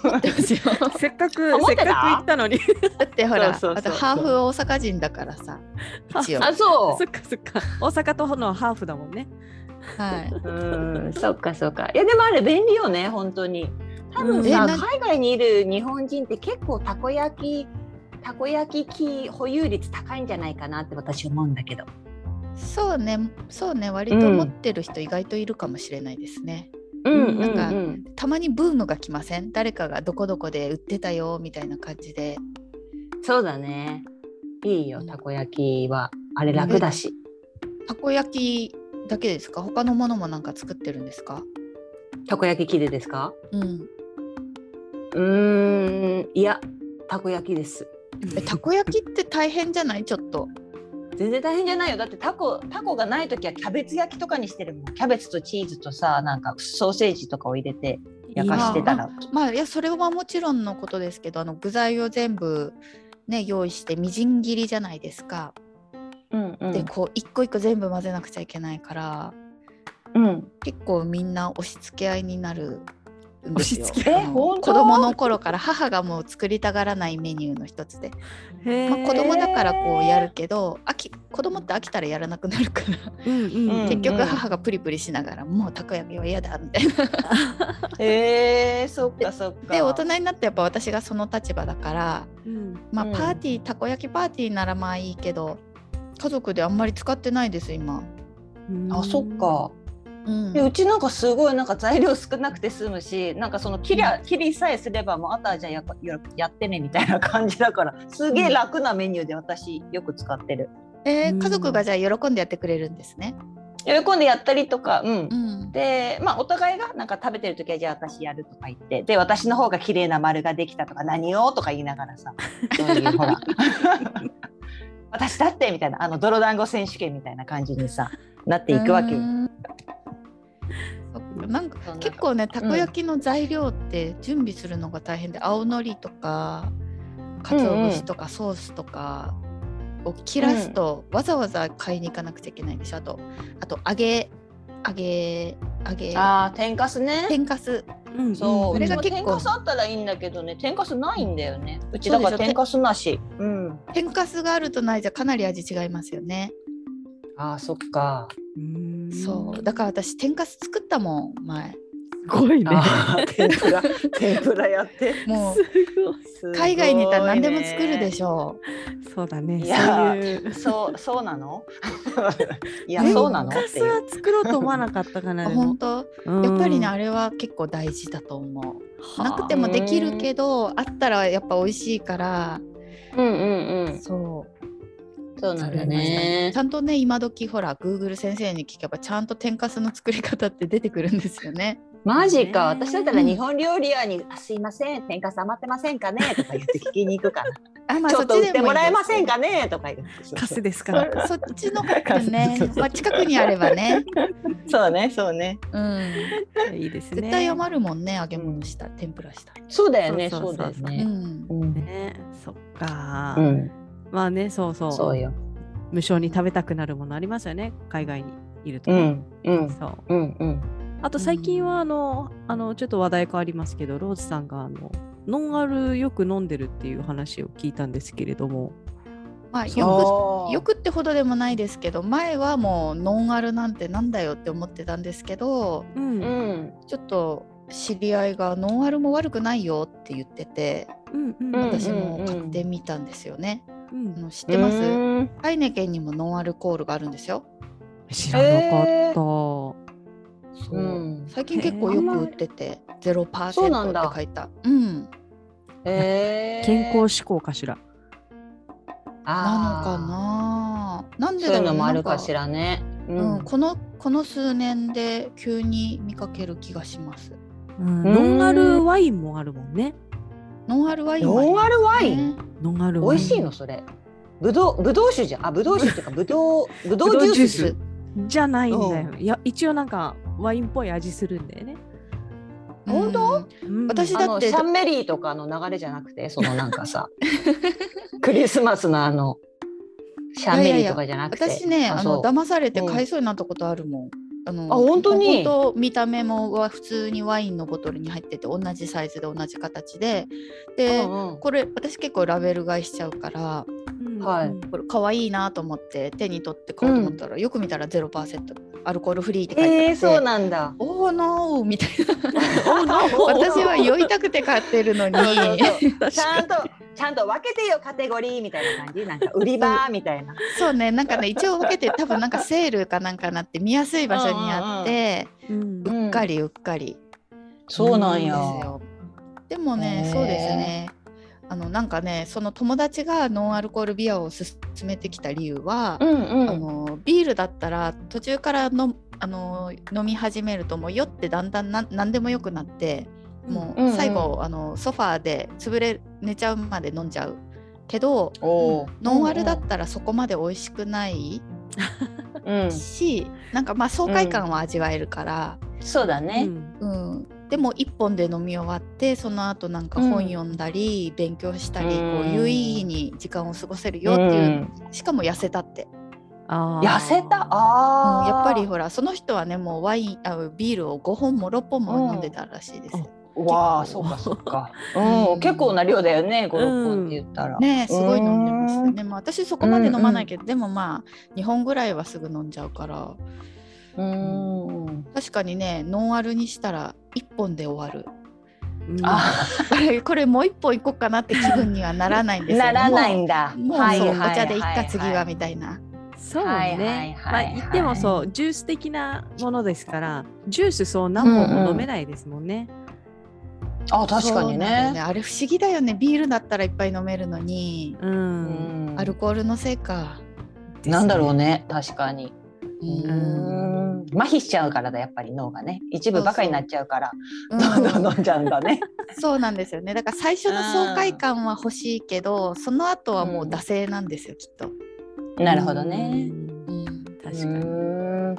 Speaker 2: 持ってますよ
Speaker 1: せっかく
Speaker 3: あ持っ
Speaker 1: せ
Speaker 3: て
Speaker 1: ったかく行ったのに
Speaker 2: だってほら
Speaker 3: そうそうそうそう
Speaker 2: あとハーフ大阪人だからさ 一応
Speaker 3: あそう
Speaker 1: そっかそっか大阪とのハーフだもんね
Speaker 2: はいう
Speaker 3: ーん、そっかそっか。いやでもあれ便利よね本当に。多分さ、
Speaker 2: うんえな
Speaker 3: 海外にいる日本人って結構たこ焼きたこ焼き器保有率高いんじゃないかなって私思うんだけど。
Speaker 2: そうね、そうね、割と
Speaker 3: うん
Speaker 2: 持ってる人意外といるかもしれないですね。
Speaker 3: うん
Speaker 1: うん
Speaker 2: たまにブームが来ません。誰かがどこどこで売ってたよみたいな感じで。
Speaker 3: そうだね。いいよたこ焼きはあれ楽だし。
Speaker 2: たこ焼きだけですか？他のものもなんか作ってるんですか？
Speaker 3: たこ焼き器でですか？
Speaker 2: うん。
Speaker 3: うーんいやたこ焼きです。
Speaker 2: えたこ焼きって大変じゃない？ちょっと。
Speaker 3: 全然大変じゃないよだってタコタコがない時はキャベツ焼きとかにしてるもんキャベツとチーズとさなんかソーセージとかを入れて焼かしてたら
Speaker 2: まあいやそれはもちろんのことですけど、あの具材を全部ね用意してみじん切りじゃないですか。
Speaker 3: うんう
Speaker 2: でこう一個一個全部混ぜなくちゃいけないから、
Speaker 3: うん、
Speaker 2: 結構みんな押し付け合いになるんですよ。
Speaker 1: 押し付
Speaker 3: け合い
Speaker 2: あの
Speaker 3: 本当
Speaker 2: 子供の頃から母がもう作りたがらないメニューの一つで、
Speaker 1: へー
Speaker 2: まあ、子供だからこうやるけど飽き子供って飽きたらやらなくなるから
Speaker 1: うんうん
Speaker 3: うん
Speaker 2: 結局母がプリプリしながら、もうたこ焼きは嫌だみたいな。
Speaker 3: へえそっかそっか
Speaker 2: で大人になってやっぱ私がその立場だから、
Speaker 1: うん
Speaker 2: まあ、
Speaker 3: うん
Speaker 2: パーティー、たこ焼きパーティーならまあいいけど家族であんまり使ってないです今。
Speaker 1: うん
Speaker 3: あそっか
Speaker 2: うん
Speaker 3: でうちなんかすごいなんか材料少なくて済むしなんかその切りゃ切りさえすればもうあとはじゃあやややってねみたいな感じだからすげえ楽なメニューで私よく使ってる
Speaker 2: え
Speaker 1: うん
Speaker 2: ー、家族がじゃあ喜んでやってくれるんですね。
Speaker 3: 喜んでやったりとかうん
Speaker 2: うん、
Speaker 3: でまあお互いがなんか食べてる時はじゃあ私やるとか言ってで私の方が綺麗な丸ができたとか何をとか言いながらさそういうほ ら私だってみたいなあの泥団子選手権みたいな感じにさなっていくわけよ
Speaker 2: うんそっかなんか
Speaker 3: そんな
Speaker 2: 結構ねたこ焼きの材料って準備するのが大変で、青のりとか鰹節とかソースとかを切らすと、わざわざ買いに行かなくちゃいけないでしょあとあと揚げ揚げ揚げ
Speaker 3: あー天かすね
Speaker 2: 天かす
Speaker 1: うんうん
Speaker 3: そう、
Speaker 2: あれが結構
Speaker 3: 天かすあったらいいんだけどね天かすないんだよねうちだから天かすなしうん
Speaker 2: 天かすがあるとないじゃかなり味違いますよね、
Speaker 3: あーそっか
Speaker 1: うん
Speaker 2: そうだから私天かす作ったもん前
Speaker 1: すごいね
Speaker 3: あー天ぷら天ぷらや って
Speaker 2: も
Speaker 1: す
Speaker 2: う
Speaker 1: ごい
Speaker 2: 海外にいたら何でも作るで
Speaker 3: ょ
Speaker 2: しょう、
Speaker 1: そうだね
Speaker 3: いや
Speaker 1: そういう
Speaker 3: そう、そうな の。いや、
Speaker 2: ね
Speaker 3: そうなの
Speaker 1: カ
Speaker 3: って
Speaker 1: ス
Speaker 3: い
Speaker 1: は
Speaker 3: う。
Speaker 1: 作ろうと思わなかったかな
Speaker 2: あ本当
Speaker 1: や
Speaker 2: やっぱりねあれは結構大事だと思う。なくてもできるけどあったらやっぱ美味しいから
Speaker 3: うんうんうん。
Speaker 2: そう
Speaker 3: そうなんだね
Speaker 2: ち。ゃんと ね今時ほら Google 先生に聞けばちゃんと天かすの作り方って出てくるんですよね。
Speaker 3: マジか、
Speaker 2: ね
Speaker 3: 私だったら日本料理屋に「あすいません天かす余ってませんかね」とか言って聞きに行くから
Speaker 2: あま
Speaker 3: 「ちょっと売ってもらえません
Speaker 2: か
Speaker 3: かね」とか言ってそう
Speaker 1: カ
Speaker 3: そ
Speaker 1: ス
Speaker 3: う
Speaker 1: ですから。
Speaker 2: そそっちの方がね
Speaker 3: そうそう、そう
Speaker 2: まあ、近くにあればね、
Speaker 3: そうねそう ね
Speaker 2: うん、
Speaker 1: いいですね。
Speaker 2: 絶対余るもんね揚げ物した、天ぷらした、
Speaker 3: そうだよね
Speaker 1: そう
Speaker 3: そ
Speaker 1: そうう
Speaker 3: だ
Speaker 1: そ
Speaker 3: よ
Speaker 1: うそう
Speaker 2: う
Speaker 3: ね
Speaker 2: ん、
Speaker 3: うん
Speaker 1: ね。そっか、
Speaker 3: うん
Speaker 1: まあね、そうそう
Speaker 3: そうよ
Speaker 1: 無償に食べたくなるものありますよね。海外にいると
Speaker 3: う
Speaker 1: ね、
Speaker 3: んうん
Speaker 1: そう。
Speaker 3: うんうん
Speaker 1: あと最近はあの、あのちょっと話題変わりますけど、ローズさんがあのノンアルよく飲んでるっていう話を聞いたんですけれども、
Speaker 2: まあよ
Speaker 3: よ
Speaker 2: くよくってほどでもないですけど前はもうノンアルなんてなんだよって思ってたんですけど
Speaker 1: うん
Speaker 3: う
Speaker 1: うん
Speaker 3: ん
Speaker 2: ちょっと知り合いがノンアルも悪くないよって言ってて
Speaker 1: うんうん
Speaker 3: うん
Speaker 2: 私も買ってみたんですよね、あの知っ
Speaker 3: 出
Speaker 2: てます、ハイネケンにもノンアルコールがあるんですよ
Speaker 1: 知らなかった。
Speaker 3: え
Speaker 2: そううん最近結構よく売ってて0%って
Speaker 3: そうなんだ
Speaker 2: 書いたうん
Speaker 3: えー
Speaker 1: 健康志向かしら。
Speaker 2: なのか
Speaker 3: あ
Speaker 2: ななん
Speaker 3: ー
Speaker 2: で
Speaker 3: そうい
Speaker 2: だ
Speaker 3: う
Speaker 2: ろう
Speaker 3: のもあるかしらねう
Speaker 2: なんかうん、このこの数年で急に見かける気がします
Speaker 1: うん
Speaker 3: うん
Speaker 1: ノンアルワインもあるもんね。
Speaker 2: ノンアルワインもあり
Speaker 3: ノン
Speaker 2: ま
Speaker 3: アルワ
Speaker 2: すね
Speaker 3: イン
Speaker 1: ノンアル
Speaker 3: 美
Speaker 1: ワイン。
Speaker 3: 味しいのそれぶどうぶどう酒じゃんあぶどう酒っていうかぶ どうぶどうジュース
Speaker 2: ぶどうジュース
Speaker 1: じゃないんだよ。いや一応なんかワインっぽい味するんだよね。
Speaker 3: 本当
Speaker 2: うん
Speaker 1: うん
Speaker 2: 私だ
Speaker 3: あ
Speaker 2: っ
Speaker 3: の
Speaker 2: て
Speaker 3: シャンメリーとかの流れじゃなく てそのなんかさクリスマスのあのシャンメリーとかじゃなくて
Speaker 2: 私ねあの
Speaker 3: そう
Speaker 2: 騙されて買いそうになったことあるもん、あの
Speaker 3: あ本当に
Speaker 2: 本当見た目もは普通にワインのボトルに入ってて同じサイズで同じ形でで、
Speaker 3: うんうん
Speaker 2: これ私結構ラベル買いしちゃうから
Speaker 1: うん
Speaker 3: はい
Speaker 1: うん
Speaker 2: これ可愛いなと思って手に取って買おうと思ったら、よく見たら0%アルコールフリーって書いてあって、
Speaker 3: えー、そうなんだ
Speaker 2: おーノーみたい な 私
Speaker 3: 私
Speaker 2: は酔いたくて買ってるのに
Speaker 3: ちゃんとちゃんと分けてよカテゴリーみたいな感じなんか売り場みたいな
Speaker 2: そうねなんかね一応分けて多分なんかセールかなんかなって見やすい場所にあって、
Speaker 1: うん
Speaker 2: う
Speaker 3: うん
Speaker 2: っかりうっかり
Speaker 3: そうなんや
Speaker 2: ですよでもね
Speaker 3: へー
Speaker 2: そうですねあのなんかねその友達がノンアルコールビアを勧めてきた理由は、
Speaker 3: んう
Speaker 2: あのビールだったら途中からのあの飲み始めるともう酔ってだんだんな何でもよくなっても
Speaker 3: うん
Speaker 2: う
Speaker 3: うん
Speaker 2: 最後、あのソファーで潰れ寝ちゃうまで飲んじゃうけど
Speaker 3: おー
Speaker 2: ノンアルだったらそこまで美味しくない
Speaker 3: うん
Speaker 2: し、なんかまあ爽快感は味わえるから、
Speaker 3: そうだね、
Speaker 1: うん
Speaker 2: うんでも1本で飲み終わってその後なんか本読んだり、勉強したりこ
Speaker 3: う
Speaker 2: うん有意義に時間を過ごせるよっていう、しかも痩せたって、
Speaker 1: あー
Speaker 3: 痩
Speaker 2: う
Speaker 3: せた
Speaker 2: ん
Speaker 3: あー、
Speaker 2: やっぱりほらその人はねもうワインあビールを5本も6本も飲んでたらしいですよ。
Speaker 3: わあ
Speaker 1: 結
Speaker 3: そ
Speaker 1: 構
Speaker 3: うかそうか、
Speaker 2: うん
Speaker 3: うん、結構な量だよね56本って言ったら、
Speaker 2: ねえすごい飲んでますよ
Speaker 3: う
Speaker 2: ね、まあ、私そこまで飲まないけど、でもまあ2本ぐらいはすぐ飲んじゃうから
Speaker 3: うんうん
Speaker 2: 確かにねノンアルにしたら1本で終わる
Speaker 1: うん
Speaker 3: あ
Speaker 2: あれこれもう一本行こうかなって気分にはならないんですよ
Speaker 3: ならないんだ
Speaker 2: もう
Speaker 3: はい
Speaker 2: そう
Speaker 3: はいはい
Speaker 2: お茶でいっか次はみ
Speaker 3: い
Speaker 2: たいな。
Speaker 1: そうね、
Speaker 3: はいはいはい
Speaker 1: まあ
Speaker 3: はい
Speaker 1: 言ってもそうジュース的なものですからジュースそう何本も飲めないですもんね、
Speaker 3: なあ確かに
Speaker 2: そうなんだよ
Speaker 3: ね
Speaker 2: あれ不思議だよねビールだったらいっぱい飲めるのに、
Speaker 1: うん
Speaker 3: うん
Speaker 2: アルコールのせいか。
Speaker 1: ですね
Speaker 3: なんだろうね確かに
Speaker 2: う
Speaker 3: うん ん麻痺しちゃうからだやっぱり脳がね一部バカになっちゃうから
Speaker 2: う
Speaker 3: どんど
Speaker 2: ん
Speaker 3: ん 飲んじゃうんだね
Speaker 2: そうなんですよねだから最初の爽快感は欲しいけどその後はもう惰性なんですよきっと。
Speaker 3: なるほどね
Speaker 1: うん
Speaker 2: うん
Speaker 1: 確かに、
Speaker 3: うん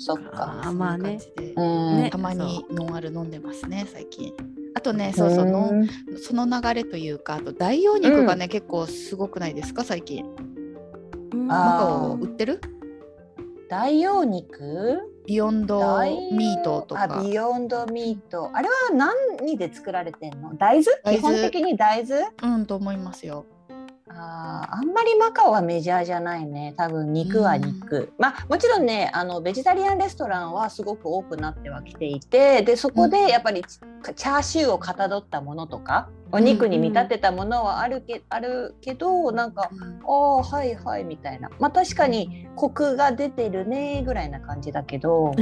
Speaker 1: そっ
Speaker 3: そっ
Speaker 1: か
Speaker 3: か
Speaker 1: まあね
Speaker 2: そういう感じで
Speaker 3: うん
Speaker 1: ね
Speaker 2: たまにノンアル飲んでますね最近。あとねそうそうノン
Speaker 3: ん
Speaker 2: その流れというかあと代用肉がね、結構すごくないですか最近
Speaker 1: うん
Speaker 2: なん
Speaker 3: あ
Speaker 2: か売ってる
Speaker 3: 代用肉
Speaker 2: ビヨンド
Speaker 3: ダイ
Speaker 2: ミートと
Speaker 3: あ
Speaker 2: か
Speaker 3: ビヨンドミートあれは何で作られてんの大豆
Speaker 2: 大豆
Speaker 3: 基本的に大豆
Speaker 2: うんと思いますよ
Speaker 3: あーあんまりマカオはメジャーじゃないね多分肉は肉、まあもちろんねあのベジタリアンレストランはすごく多くなってはきていてでそこでやっぱりチチャーシューをかたどったものとかお肉に見立てたものはあるけ,、あるけどなんか
Speaker 2: うん
Speaker 3: ああはいはいみたいなまあ確かにコクが出てるねぐらいな感じだけど。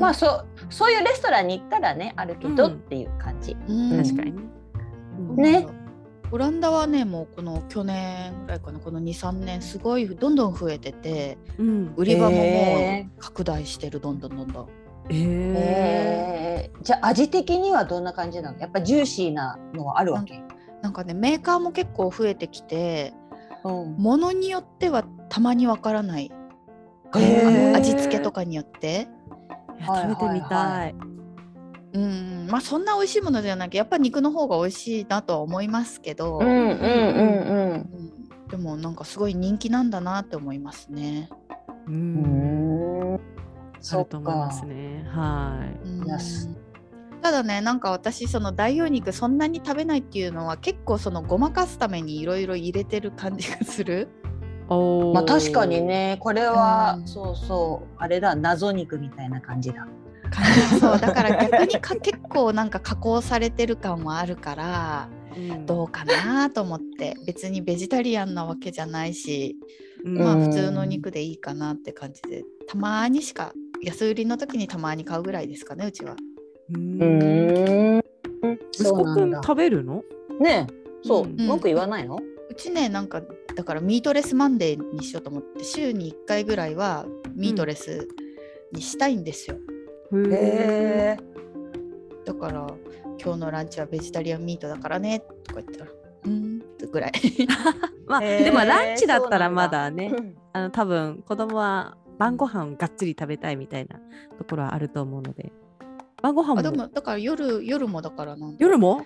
Speaker 3: まあそうそういうレストランに行ったらねあるけどっていう感じ。
Speaker 2: う ん
Speaker 1: 確かにね、
Speaker 2: うん
Speaker 3: ね
Speaker 2: オランダはねもうこの去年ぐらいかなこの23年すごいどんどん増えてて
Speaker 1: うん
Speaker 2: 売り場もも
Speaker 3: へ
Speaker 2: う拡大してるどんどんどんどん
Speaker 1: えー
Speaker 3: えじゃあ味的にはどんな感じなのやっぱジューシーなのはあるわけ、
Speaker 2: なんかねメーカーも結構増えてきて
Speaker 3: うん
Speaker 2: ものによってはたまにわからないあ
Speaker 3: へー
Speaker 2: の味付けとかによって
Speaker 1: いや
Speaker 3: はい
Speaker 1: 食べてみ
Speaker 3: は
Speaker 1: たい。
Speaker 2: うんまあそんな美味しいものじゃなきゃやっぱ肉の方が美味しいなとは思いますけど、
Speaker 3: うんうんうん
Speaker 2: うんでもなんかすごい人気なんだなって思いますね。
Speaker 1: う、
Speaker 3: うんん。
Speaker 1: あ
Speaker 3: そ
Speaker 1: る
Speaker 3: っ
Speaker 1: と思い
Speaker 3: か
Speaker 1: ます。ね。はい。
Speaker 2: うん
Speaker 3: いやす
Speaker 2: ただねなんか私その代用肉そんなに食べないっていうのは結構そのごまかすためにいろいろ入れてる感じがする。
Speaker 1: おー
Speaker 3: まあ確かに。ねこれは、
Speaker 2: うん
Speaker 3: そうそうあれだ謎肉みたいな感じだ。
Speaker 2: そうだから逆にか結構なんか加工されてる感はあるから
Speaker 1: うん
Speaker 2: どうかなと思って別にベジタリアンなわけじゃないし
Speaker 1: うん
Speaker 2: まあ
Speaker 3: うん
Speaker 2: 普通の肉でいいかなって感じでたまにしか安売りの時にたまに買うぐらいですかねうちは。
Speaker 1: うん
Speaker 3: ん。
Speaker 1: 息
Speaker 3: そ
Speaker 1: 子
Speaker 3: う
Speaker 1: く
Speaker 3: なんんだ。
Speaker 1: 食べるの？
Speaker 3: ねえそう、
Speaker 1: うん
Speaker 3: 文句言わないの？
Speaker 2: うちねなんかだからミートレスマンデーにしようと思って週に1回ぐらいはミートレスにしたいんですよ、
Speaker 1: へえ。
Speaker 3: え。
Speaker 2: だから今日のランチはベジタリアンミートだからねとか言ったらうーんってぐらい
Speaker 1: まあ
Speaker 3: へー
Speaker 1: でもランチだったらまだ
Speaker 3: う
Speaker 1: ね、
Speaker 3: ん
Speaker 1: あの多分子供は晩ご飯をがっつり食べたいみたいなところはあると思うので、晩ご飯
Speaker 2: あで
Speaker 1: も
Speaker 2: もだから夜夜もだからなんだ
Speaker 1: 夜も？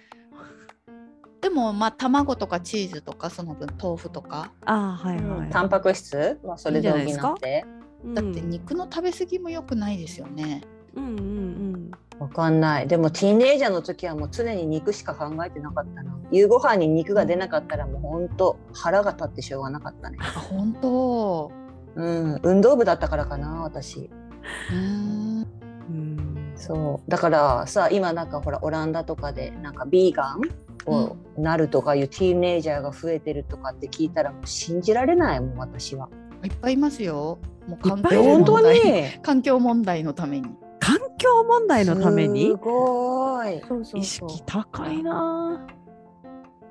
Speaker 2: でもまあ卵とかチーズとかその分豆腐とか
Speaker 1: ああはいはい。
Speaker 3: タンパク質、まあ、それで補
Speaker 1: いいんじゃない
Speaker 3: っ
Speaker 1: で
Speaker 3: て。
Speaker 1: うん
Speaker 2: だって肉の食べ過ぎも良くないですよね、
Speaker 1: うんうん
Speaker 3: わかんない。でもティーンエイジャーの時はもう常に肉しか考えてなかったな。夕ご飯に肉が出なかったらもう本当腹が立ってしょうがなかったね。
Speaker 2: あ本当
Speaker 3: うん、運動部だったからかな私。
Speaker 2: うー
Speaker 1: う
Speaker 2: ん
Speaker 1: ん。うん
Speaker 3: そう。だからさ今なんかほらオランダとかでなんかビーガンをなるとかいうティーンエイジャーが増えてるとかって聞いたらもう信じられないもん私は。
Speaker 2: いっぱいいますよもう環
Speaker 1: いっぱい
Speaker 2: 境
Speaker 1: いる
Speaker 3: 本
Speaker 2: 問
Speaker 3: 当
Speaker 2: 題
Speaker 3: に。
Speaker 2: 環境問題のために
Speaker 1: 環境問題のため
Speaker 3: す
Speaker 1: に
Speaker 3: ごい。
Speaker 2: そうそうそう
Speaker 1: 意識高いなぁ。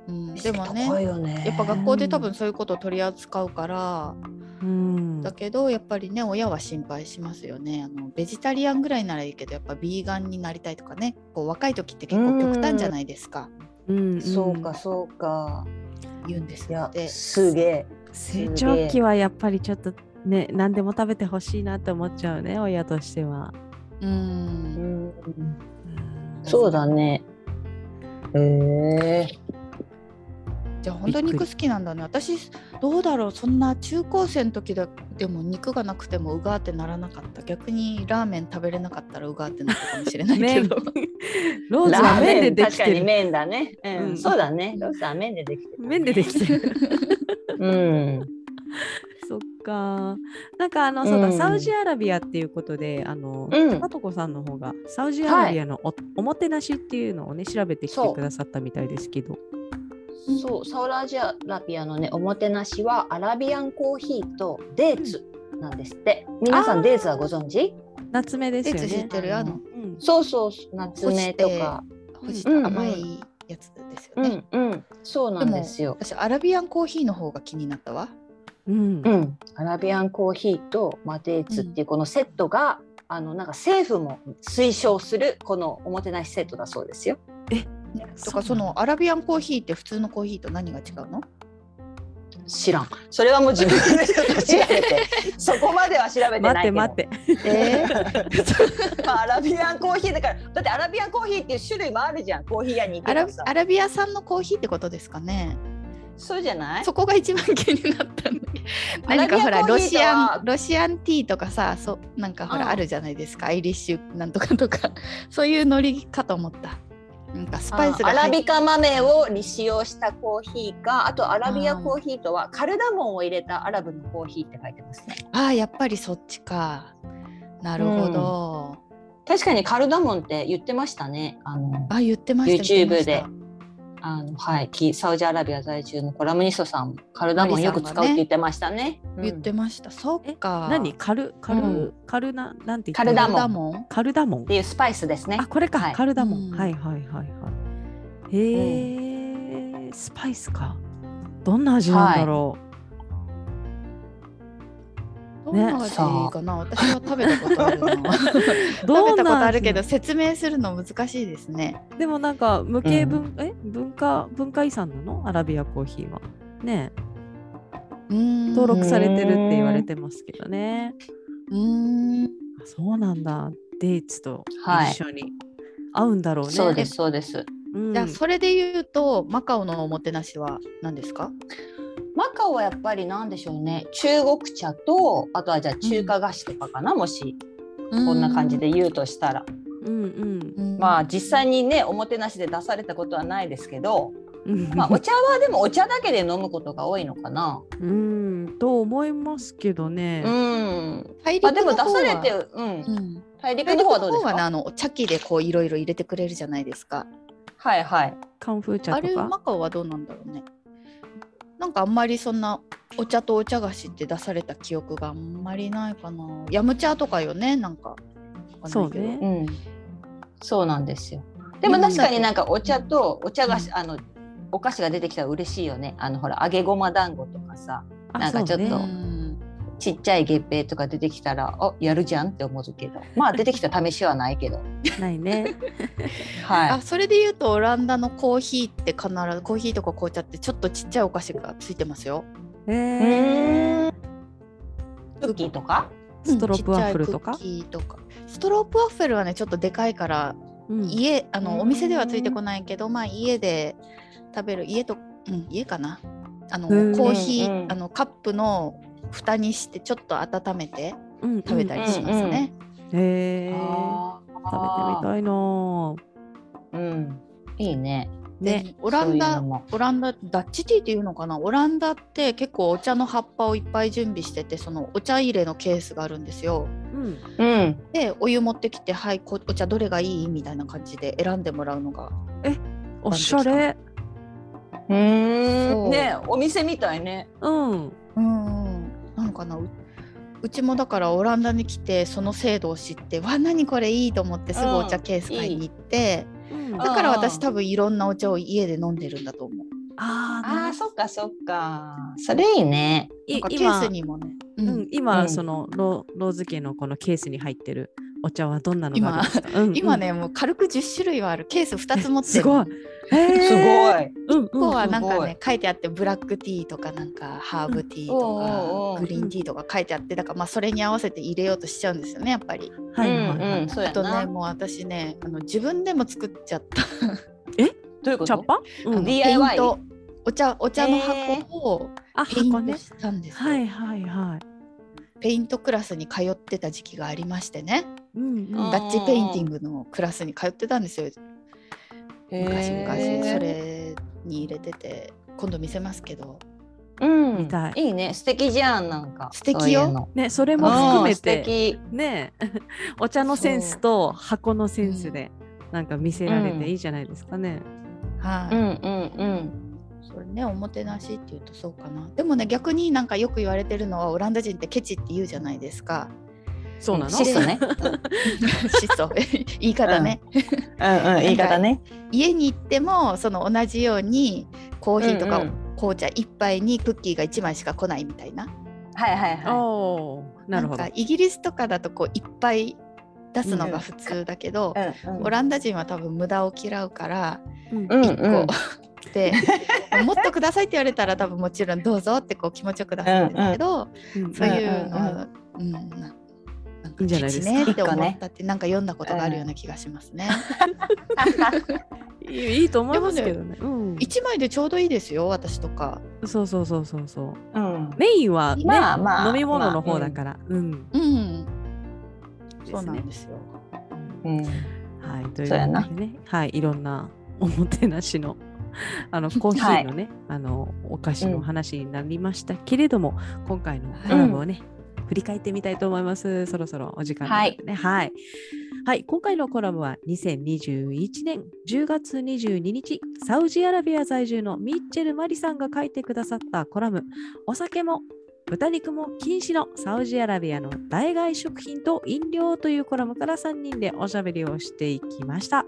Speaker 2: うん、でもね
Speaker 3: 高いよね。
Speaker 2: やっぱ学校で多分そういうことを取り扱うから、
Speaker 1: うん。
Speaker 2: だけどやっぱりね親は心配しますよねあのベジタリアンぐらいならいいけどやっぱビーガンになりたいとかねこう若い時って結構極端じゃないですか、
Speaker 1: うんん
Speaker 3: そうかそうか。
Speaker 2: 言うんです
Speaker 3: いや
Speaker 2: って
Speaker 3: すげえ。
Speaker 1: 成長期はやっぱりちょっとね何でも食べてほしいなって思っちゃうね親としては。
Speaker 2: う
Speaker 3: うんん
Speaker 1: うん
Speaker 3: そうだね。へえ
Speaker 2: じゃあ本当に肉好きなんだね私どうだろうそんな中高生の時だでも肉がなくてもうがーってならなかった逆にラーメン食べれなかったらうがーってなったかもしれないけ
Speaker 1: 麺
Speaker 2: ど
Speaker 1: ローズ
Speaker 3: ラ
Speaker 1: は
Speaker 3: ー
Speaker 1: 麺
Speaker 3: メ
Speaker 1: で
Speaker 3: ン
Speaker 1: で
Speaker 3: 確
Speaker 1: き
Speaker 3: か
Speaker 1: て
Speaker 3: に
Speaker 1: る。
Speaker 3: 麺だね。うん、
Speaker 1: うん
Speaker 3: そうだね。ロースは麺でできてる、
Speaker 1: 麺でできてる。
Speaker 3: うん。
Speaker 1: そっか。なんかあの、そう
Speaker 3: う
Speaker 1: だ、
Speaker 3: ん
Speaker 1: サウジアラビアっていうことで、あの、
Speaker 3: うん
Speaker 1: さとこさんの方が、サウジアラビアのお,、おもてなしっていうのをね、調べてき
Speaker 3: そ
Speaker 1: て
Speaker 3: う
Speaker 1: くださったみたいですけど。
Speaker 3: そう、サウラジアラビアのね、おもてなしはアラビアンコーヒーとデーツなんですって。皆さ
Speaker 1: あ
Speaker 3: ん
Speaker 1: ー
Speaker 3: デーツはご存知
Speaker 1: 夏目ですよ
Speaker 2: デーツ知っ
Speaker 1: ね。
Speaker 2: てるあの
Speaker 1: うん、
Speaker 3: そうそう、夏目とか。
Speaker 2: 干した甘いやつですよ
Speaker 3: う
Speaker 2: ね、
Speaker 3: んうん、そうなんですよ。
Speaker 2: 私アラビアンコーヒーの方が気になったわ
Speaker 1: うん
Speaker 3: う、ん、アラビアンコーヒーと、まあ、デーツっていうこのセットが、あのなんか政府も推奨するこのおもてなしセットだそうですよ。
Speaker 2: とかそのアラビアンコーヒーって普通のコーヒーと何が違うの
Speaker 3: 知らん。それはもう自分でちょっと調べて、そこまでは調べてないけど。
Speaker 1: 待って待って。
Speaker 2: え
Speaker 3: まあアラビアンコーヒーだから、だってアラビアンコーヒーっていう種類もあるじゃん。コーヒー屋に行
Speaker 2: ア
Speaker 3: け
Speaker 2: ラ
Speaker 3: ばさ
Speaker 2: ア。ラビア産のコーヒーってことですかね
Speaker 3: そうじゃない？
Speaker 2: そこが一番気になったんだけ ど
Speaker 3: ア
Speaker 2: 何
Speaker 3: ラビ
Speaker 2: か
Speaker 3: アンコーヒー
Speaker 2: ほら
Speaker 3: とは
Speaker 2: ロシアンロシアンティーとかさそなんかほ
Speaker 3: うん
Speaker 2: らあるじゃないですかアイリッシュなんとかとか そういうノリかと思ったなんかスパイスが
Speaker 3: アラ
Speaker 2: 入っ
Speaker 3: ビカ豆を使用したコーヒーか、あとアラビアコーヒーとはカルダモンを入れたアラブのコーヒーって書いてますね。
Speaker 2: ああやっぱりそっちかなるほど、
Speaker 3: 確かにカルダモンって言ってましたね。あの
Speaker 2: あ言ってました
Speaker 3: YouTube
Speaker 2: 言
Speaker 3: で
Speaker 2: ってまし
Speaker 3: あのはい、きサウジアラビア在住のコラムニストさんもカルダモンよく使うって言ってましたね。
Speaker 2: た言って
Speaker 3: うん
Speaker 2: ました、そっか
Speaker 1: 何カル、カル、
Speaker 3: うん
Speaker 1: カルな、なんて言って
Speaker 3: カルダモン
Speaker 2: ダモン
Speaker 1: カルダモン
Speaker 3: って。いうスパイスですね
Speaker 1: あ、。これか、
Speaker 3: はい
Speaker 1: カルダモン。
Speaker 2: うん
Speaker 1: はいはいはいはい。へえ、スパイスか。どんな味なんだろう。
Speaker 2: どんな味かな、私は食べたことある な食
Speaker 1: ど
Speaker 2: べ
Speaker 1: ん
Speaker 2: たこと
Speaker 1: な
Speaker 2: あ
Speaker 1: 味
Speaker 2: るけど説明するの難しいですね
Speaker 1: でもなんか無形文、え文化文化遺産なのアラビアコーヒーは。ねえ登
Speaker 2: 登
Speaker 1: 録されてるって言われてますけどね。
Speaker 2: うん
Speaker 1: あそうなんだ。デーツと
Speaker 3: はい
Speaker 1: 一緒に合うんだろうね。
Speaker 3: そうですそうです。
Speaker 1: うん。
Speaker 2: じゃあそれで言うとマカオのおもてなしは何ですか
Speaker 3: マカオはやっぱりなんでしょうね中国茶とあとはじゃあ中華菓子とかかな、もしこんな感じで言うとしたら、
Speaker 1: うんうん
Speaker 3: まあ実際にねおもてなしで出されたことはないですけど、
Speaker 1: うん。
Speaker 3: まあ、お茶はでもお茶だけで飲むことが多いのかな。
Speaker 1: うんと思いますけどね
Speaker 3: う。ん、
Speaker 2: 大
Speaker 3: まあ
Speaker 2: 陸
Speaker 3: で
Speaker 2: の
Speaker 3: も出
Speaker 2: 方
Speaker 3: さ
Speaker 2: は
Speaker 3: れて、うん、
Speaker 2: うん
Speaker 3: 大陸
Speaker 2: 大陸
Speaker 3: の方は
Speaker 2: の
Speaker 3: どうです
Speaker 2: 方はね
Speaker 3: か
Speaker 2: あのお茶器でこういろいろ入れてくれるじゃないですか
Speaker 3: はいはい。
Speaker 1: カンフー茶
Speaker 2: あ
Speaker 1: と
Speaker 2: れ
Speaker 1: か。
Speaker 2: マカオはどうなんだろうねなんかあんまりそんなお茶とお茶菓子って出された記憶があんまりないかなヤムチャとかよねなんかわかん
Speaker 1: そ
Speaker 2: な
Speaker 1: う
Speaker 2: いけど
Speaker 1: ね
Speaker 3: う。ん、そうなんですよ。でも確かになんかお茶とお茶菓子、あのお菓子が出てきたら嬉しいよね。あのほら揚げごま団子とかさ、
Speaker 1: あ
Speaker 3: なんかちょっと
Speaker 1: そう
Speaker 2: う
Speaker 1: ね
Speaker 2: ん
Speaker 3: ちっちゃい月餅とか出てきたら、あやるじゃんって思うけど、まあ出てきた試しはないけど、
Speaker 1: ないね。
Speaker 3: は
Speaker 2: あそれで言うとオランダのコーヒーって必ずコーヒーとか紅茶ってちょっとちっちゃいお菓子がついてますよ。
Speaker 1: え
Speaker 3: い。
Speaker 1: ー
Speaker 3: ん。クッキーとか？
Speaker 1: ストロープワッフルとか
Speaker 2: ちっち。ゃいクッキーとかストロープワッフルはねちょっとでかいから
Speaker 1: うん
Speaker 2: 家あ
Speaker 3: うん
Speaker 2: のお店ではついてこないけど、まあ、家で食べる家と、うん、家かなあの、
Speaker 1: うん
Speaker 2: コーヒ
Speaker 3: うん
Speaker 2: ー、
Speaker 3: うん
Speaker 2: あのカップの蓋にしてちょっと温めて
Speaker 1: うん
Speaker 2: 食べたりしますね。
Speaker 1: うんへえ。食べてみ
Speaker 3: い。
Speaker 1: たいなあ。
Speaker 3: うん。いいね。
Speaker 1: ね。
Speaker 2: でオラン
Speaker 3: そういうの
Speaker 2: ダ
Speaker 3: も
Speaker 2: オランダダッチティーっていうのかなオランダって結構お茶の葉っぱをいっぱい準備しててそのお茶入れのケースがあるんですよ。
Speaker 1: うん。
Speaker 3: うん。
Speaker 2: でお湯持ってきて「はいこお茶どれがいい?」みたいな感じで選んでもらうのが
Speaker 1: おしゃれ。
Speaker 3: うー
Speaker 2: そ
Speaker 3: ん。
Speaker 2: う
Speaker 3: ねお店みたいね。
Speaker 1: うん。
Speaker 2: うんなんかなううちもだからオランダに来てその制度を知ってわ何これいいと思ってすぐお茶ケース買いに行って、
Speaker 1: うん、
Speaker 2: だ
Speaker 1: あ
Speaker 2: から
Speaker 3: う
Speaker 2: 私
Speaker 3: ん
Speaker 2: 多分いろんなお茶を家で飲んでるんだと思う。
Speaker 1: あー、
Speaker 3: ああ、そっかそっか。それいいね。
Speaker 2: ないんかケ
Speaker 1: 今
Speaker 2: ースにもね、う
Speaker 1: うんん、今、
Speaker 3: うん
Speaker 1: そのロローズ家のこのケースに入ってるお茶はどんなのがありますかうん
Speaker 2: 今ね、もう軽く10種類はあるケース2つ持ってる
Speaker 1: すごい。
Speaker 3: す
Speaker 1: へ
Speaker 3: ご
Speaker 1: ー。
Speaker 3: い。
Speaker 1: すごい。うん
Speaker 2: こ
Speaker 1: うん
Speaker 2: こはなん
Speaker 3: す
Speaker 2: か
Speaker 3: ごい
Speaker 2: ね書いてあってブラックティーとかなんかハーブティー
Speaker 3: うんおうおう
Speaker 2: と
Speaker 3: おう
Speaker 2: かグリーンティーとか書いてあってだからまあそれに合わせて入れようとしちゃうんですよねやっぱり。
Speaker 1: はいはいはい。
Speaker 3: うんうん。そう
Speaker 2: あ
Speaker 3: や
Speaker 2: とね
Speaker 3: な。
Speaker 2: もう私ねあの自分でも作っちゃった
Speaker 3: どういうこ
Speaker 1: 茶っ
Speaker 3: と？
Speaker 1: 葉、
Speaker 2: あ
Speaker 1: う
Speaker 2: の
Speaker 1: ん、
Speaker 3: DIY
Speaker 2: ペイントお茶お茶の箱を
Speaker 1: あ、
Speaker 2: ペイン
Speaker 1: 箱
Speaker 2: ト
Speaker 1: ね。
Speaker 2: したんですよ、
Speaker 1: はいはいはい。
Speaker 2: ペイントクラスに通ってた時期がありましてね、
Speaker 1: うんうん、
Speaker 3: あー
Speaker 2: ダッチペインティングのクラスに通ってたんですよ昔
Speaker 3: へー
Speaker 2: 々そ。れに入れてて今度見せますけど
Speaker 3: うん。
Speaker 1: みたい
Speaker 3: いね。素敵じゃんなんか。
Speaker 2: 素敵よ
Speaker 3: そういうの
Speaker 1: ね、それも含
Speaker 3: うん
Speaker 1: め
Speaker 3: 素
Speaker 1: て、
Speaker 3: 敵。
Speaker 1: ね、 お茶のセンスと箱のセンスで、なんか見せられていいじゃないですかね。
Speaker 2: は
Speaker 3: う
Speaker 2: い、
Speaker 3: んうん
Speaker 2: それねおもてなしっていうとそうかなでもね逆になんかよく言われてるのはオランダ人ってケチって言うじゃないですか
Speaker 1: そう
Speaker 3: う。
Speaker 1: なんの
Speaker 3: 質素ね。
Speaker 2: 質素 言い方ね、
Speaker 3: うんうん。言い方ね。
Speaker 2: 家に行ってもその同じようにコーヒーとか
Speaker 3: うんうん
Speaker 2: 紅茶一杯にクッキーが1枚しか来ないみたいな
Speaker 3: はいはいは
Speaker 1: おーなるほど
Speaker 2: んか。イギリスとかだとこういっぱい出すのが普通だけど、
Speaker 3: い。うんうん
Speaker 2: オランダ人は多分無駄を嫌うから、
Speaker 1: うん
Speaker 3: うん
Speaker 2: こうで もっとくださいって言われたら多分もちろんどうぞってこう気持ちよく出すんですけど、
Speaker 1: うん
Speaker 2: そういうのは、うんなな
Speaker 1: い
Speaker 2: ん
Speaker 1: い
Speaker 2: か
Speaker 1: んじゃないですか
Speaker 2: ケチねって思ったってなんか読んだことがあるような気がしますね。
Speaker 1: いいいいと思いますけどね。うん、
Speaker 2: 一枚でちょうどいいですよ私とか。
Speaker 1: そうそうそうそうそう。
Speaker 3: うん。
Speaker 1: メインは、ね
Speaker 3: まあまあ
Speaker 1: 飲み物の方だから。うん。
Speaker 2: うん、
Speaker 1: ですね
Speaker 2: そうなんですよ。
Speaker 3: うん。
Speaker 1: はい。という
Speaker 3: そうやな
Speaker 1: わけでね、はい、いろんなおもてなしの。あのコーヒーのね、あのお菓子の話になりましたけれども、今回のコラボをね、振り返ってみたいと思います。そろそろお時間なのでね。はい、はい。今回のコラムは2021年10月22日、サウジアラビア在住のミッチェル・マリさんが書いてくださったコラム、お酒も豚肉も禁止のサウジアラビアの代替食品と飲料というコラムから3人でおしゃべりをしていきました。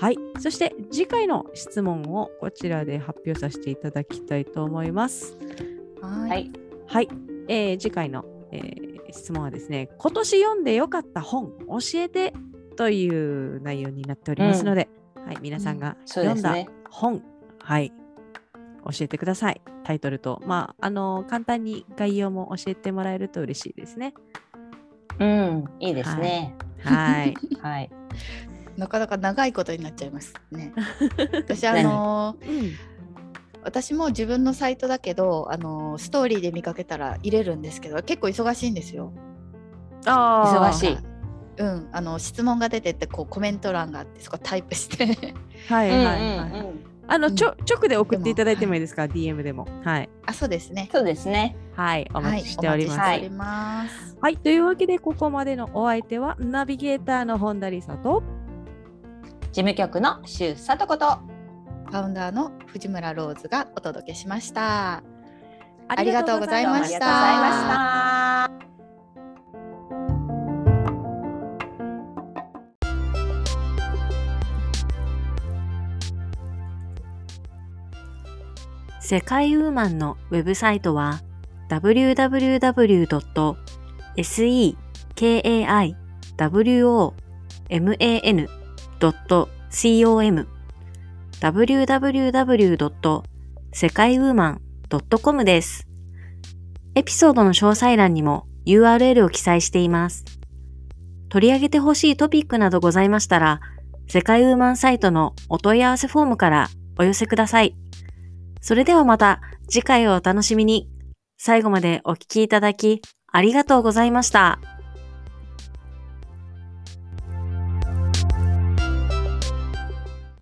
Speaker 1: はい、そして次回の質問をこちらで発表させていただきたいと思います。
Speaker 2: はい
Speaker 3: はい
Speaker 1: はい、えー次回の、えー質問はですね今年読んでよかった本教えてという内容になっておりますので、はい、皆さんが
Speaker 3: そうで
Speaker 1: 読ん
Speaker 3: す
Speaker 1: だ
Speaker 3: ね。
Speaker 1: 本、はい教えてくださいタイトルとまああの簡単に概要も教えてもらえると嬉しいですね
Speaker 3: うん、いいですね。
Speaker 1: はい
Speaker 3: はい。
Speaker 2: なかなか長いことになっちゃい ますね。私あのー
Speaker 1: うん
Speaker 2: 私も自分のサイトだけどあのーストーリーで見かけたら入れるんですけど結構忙しいんですよ。
Speaker 1: あー
Speaker 3: 忙しい。
Speaker 2: うん、あの質問が出てってこうコメント欄があってそこタイプして
Speaker 1: はいはいはい、
Speaker 3: うんうんうん
Speaker 1: あのちょ直で送っ
Speaker 2: で
Speaker 1: て
Speaker 2: も
Speaker 1: いただいてもいいですか DM でもはい
Speaker 2: あそうですね
Speaker 3: そうですね。
Speaker 1: はいお待ちしております、
Speaker 2: は、
Speaker 1: はい
Speaker 2: お待ちしてお
Speaker 1: い
Speaker 2: ります。
Speaker 1: というわけでここまでのお相手はナビゲーターの本田理沙と
Speaker 3: 事務局の周さとこと。
Speaker 2: ファウンダーの藤村ローズがお届けしました。
Speaker 1: あ
Speaker 2: りがとうございま
Speaker 3: あり
Speaker 2: し
Speaker 3: が
Speaker 2: た
Speaker 3: とうございました。
Speaker 4: 世界ウーマンのウェブサイトは www.sekaiwoman.com www.sekaiwoman.com です。エピソードの詳細欄にも URL を記載しています。取り上げてほしいトピックなどございましたら、世界ウーマンサイトのお問い合わせフォームからお寄せください。それではまた次回をお楽しみに。最後までお聞きいただきありがとうございました。